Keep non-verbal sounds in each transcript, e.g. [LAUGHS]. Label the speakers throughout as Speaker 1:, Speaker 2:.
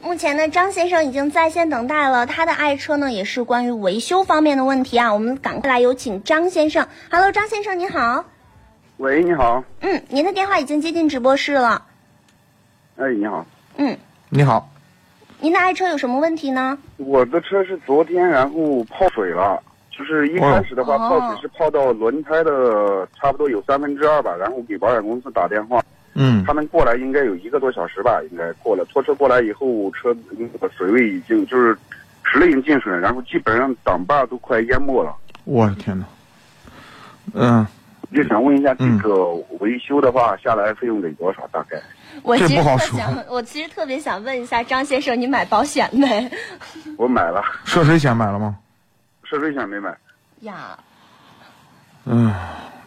Speaker 1: 目前呢，张先生已经在线等待了。他的爱车呢，也是关于维修方面的问题啊。我们赶快来有请张先生。Hello，张先生你好。
Speaker 2: 喂，你好。
Speaker 1: 嗯，您的电话已经接进直播室了。
Speaker 2: 哎，你好。
Speaker 1: 嗯，
Speaker 3: 你好，
Speaker 1: 您的爱车有什么问题呢？
Speaker 2: 我的车是昨天然后泡水了，就是一开始的话、
Speaker 1: 哦
Speaker 2: 泡水是泡到轮胎的差不多有三分之二吧，然后给保险公司打电话，
Speaker 3: 嗯
Speaker 2: 他们过来应该有一个多小时吧，应该过来拖车过来以后，车那个水位已经就是池里已经进水了，然后基本上挡把都快淹没了。
Speaker 3: 我的天哪，嗯，
Speaker 2: 就想问一下，这
Speaker 3: 嗯
Speaker 2: 个维修的话下来费用得多少？大概？
Speaker 1: 我
Speaker 3: 这
Speaker 1: 其实
Speaker 3: 不好
Speaker 1: 特
Speaker 3: 说
Speaker 1: 想，我其实特别想问一下张先生，你买保险没？
Speaker 2: 我买了，
Speaker 3: 涉水险买了吗？
Speaker 2: 涉水险没买。
Speaker 1: [LAUGHS] 呀，
Speaker 3: 嗯，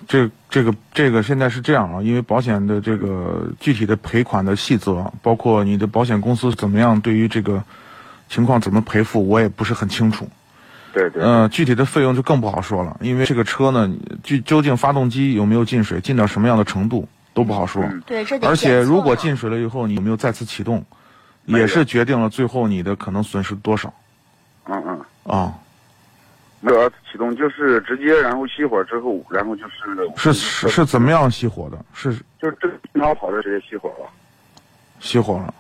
Speaker 3: 这这个这个现在是这样啊，因为保险的这个具体的赔款的细则，包括你的保险公司怎么样对于这个情况怎么赔付，我也不是很清楚。
Speaker 2: 对对。
Speaker 3: 呃，具体的费用就更不好说了，因为这个车呢，究究竟发动机有没有进水，进到什么样的程度都不好说。
Speaker 2: 嗯
Speaker 1: 对，这得
Speaker 3: 而且
Speaker 1: 检测
Speaker 3: 如果
Speaker 1: 呢
Speaker 3: 进水了以后，你有没有再次启动，
Speaker 2: 没有
Speaker 3: 也是决定了最后你的可能损失多少
Speaker 2: 嗯嗯。
Speaker 3: 啊。
Speaker 2: 那个启动就是直接，然后熄火之后，然后就是
Speaker 3: 是是是怎么样熄火的？是
Speaker 2: 就是正常跑着直接熄火了。
Speaker 3: 熄火了。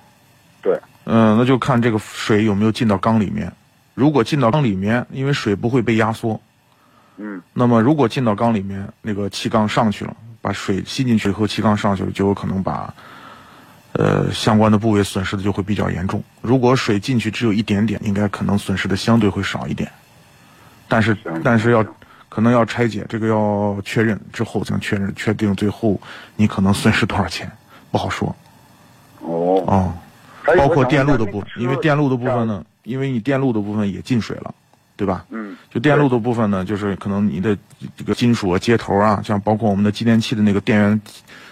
Speaker 2: 对，
Speaker 3: 嗯、那就看这个水有没有进到缸里面。如果进到缸里面，因为水不会被压缩，
Speaker 2: 嗯，
Speaker 3: 那么如果进到缸里面，那个气缸上去了，把水吸进去以后，气缸上去了，就有可能把呃相关的部位损失的就会比较严重。如果水进去只有一点点，应该可能损失的相对会少一点，但是
Speaker 2: 行
Speaker 3: 但是要
Speaker 2: 行
Speaker 3: 可能要拆解，这个要确认之后才能确认确定最后你可能损失多少钱，不好说
Speaker 2: 哦，
Speaker 3: 啊。
Speaker 2: 还有
Speaker 3: 包
Speaker 2: 我
Speaker 3: 括
Speaker 2: 想
Speaker 3: 电路
Speaker 2: 问
Speaker 3: 的
Speaker 2: 一下
Speaker 3: 部分
Speaker 2: 那，个
Speaker 3: 因为
Speaker 2: 车
Speaker 3: 电路的部分
Speaker 2: 这样，
Speaker 3: 呢，因为你电路的部分也进水了，对吧？
Speaker 2: 嗯，
Speaker 3: 就电路的部分呢，就是可能你的这个金属啊、接头啊，像包括我们的继电器的那个电源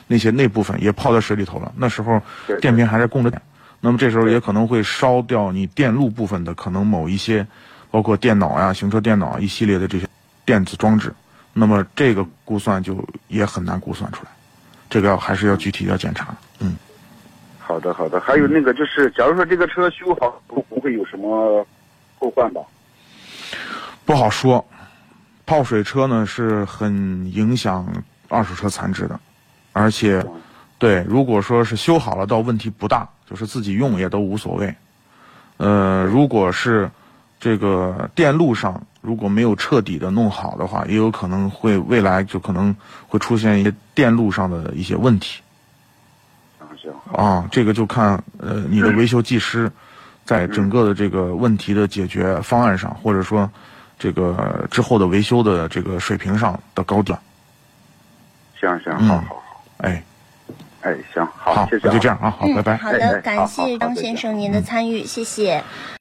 Speaker 3: 那些那部分也泡在水里头了。那时候
Speaker 2: 对对
Speaker 3: 电瓶还在供着电，那么这时候
Speaker 2: 对
Speaker 3: 也可能会烧掉你电路部分的可能某一些，包括电脑呀、行车电脑啊一系列的这些电子装置。那么这个估算就也很难估算出来，这个要还是要具体要检查。嗯，
Speaker 2: 好的好的，还有那个就是，假如说这个车修好，不不会有什么后患吧？
Speaker 3: 不好说。泡水车呢是很影响二手车残值的，而且
Speaker 2: 嗯，
Speaker 3: 对，如果说是修好了，倒问题不大，就是自己用也都无所谓。呃，如果是这个电路上如果没有彻底的弄好的话，也有可能会未来就可能会出现一些电路上的一些问题
Speaker 2: 行行，
Speaker 3: 啊，这个就看呃你的维修技师在整个的这个问题的解决方案上，或者说这个之后的维修的这个水平上的高低了。
Speaker 2: 行行，
Speaker 3: 嗯
Speaker 2: 好好好，
Speaker 3: 哎，
Speaker 2: 哎，行，
Speaker 3: 好，
Speaker 2: 谢谢，
Speaker 3: 那就这。样啊，好，
Speaker 1: 嗯
Speaker 3: 拜拜。
Speaker 1: 好
Speaker 2: 哎
Speaker 1: 的，
Speaker 2: 哎好
Speaker 1: 感
Speaker 2: 好
Speaker 1: 谢
Speaker 2: 好
Speaker 1: 张先
Speaker 2: 再见
Speaker 1: 生您的参与，谢谢。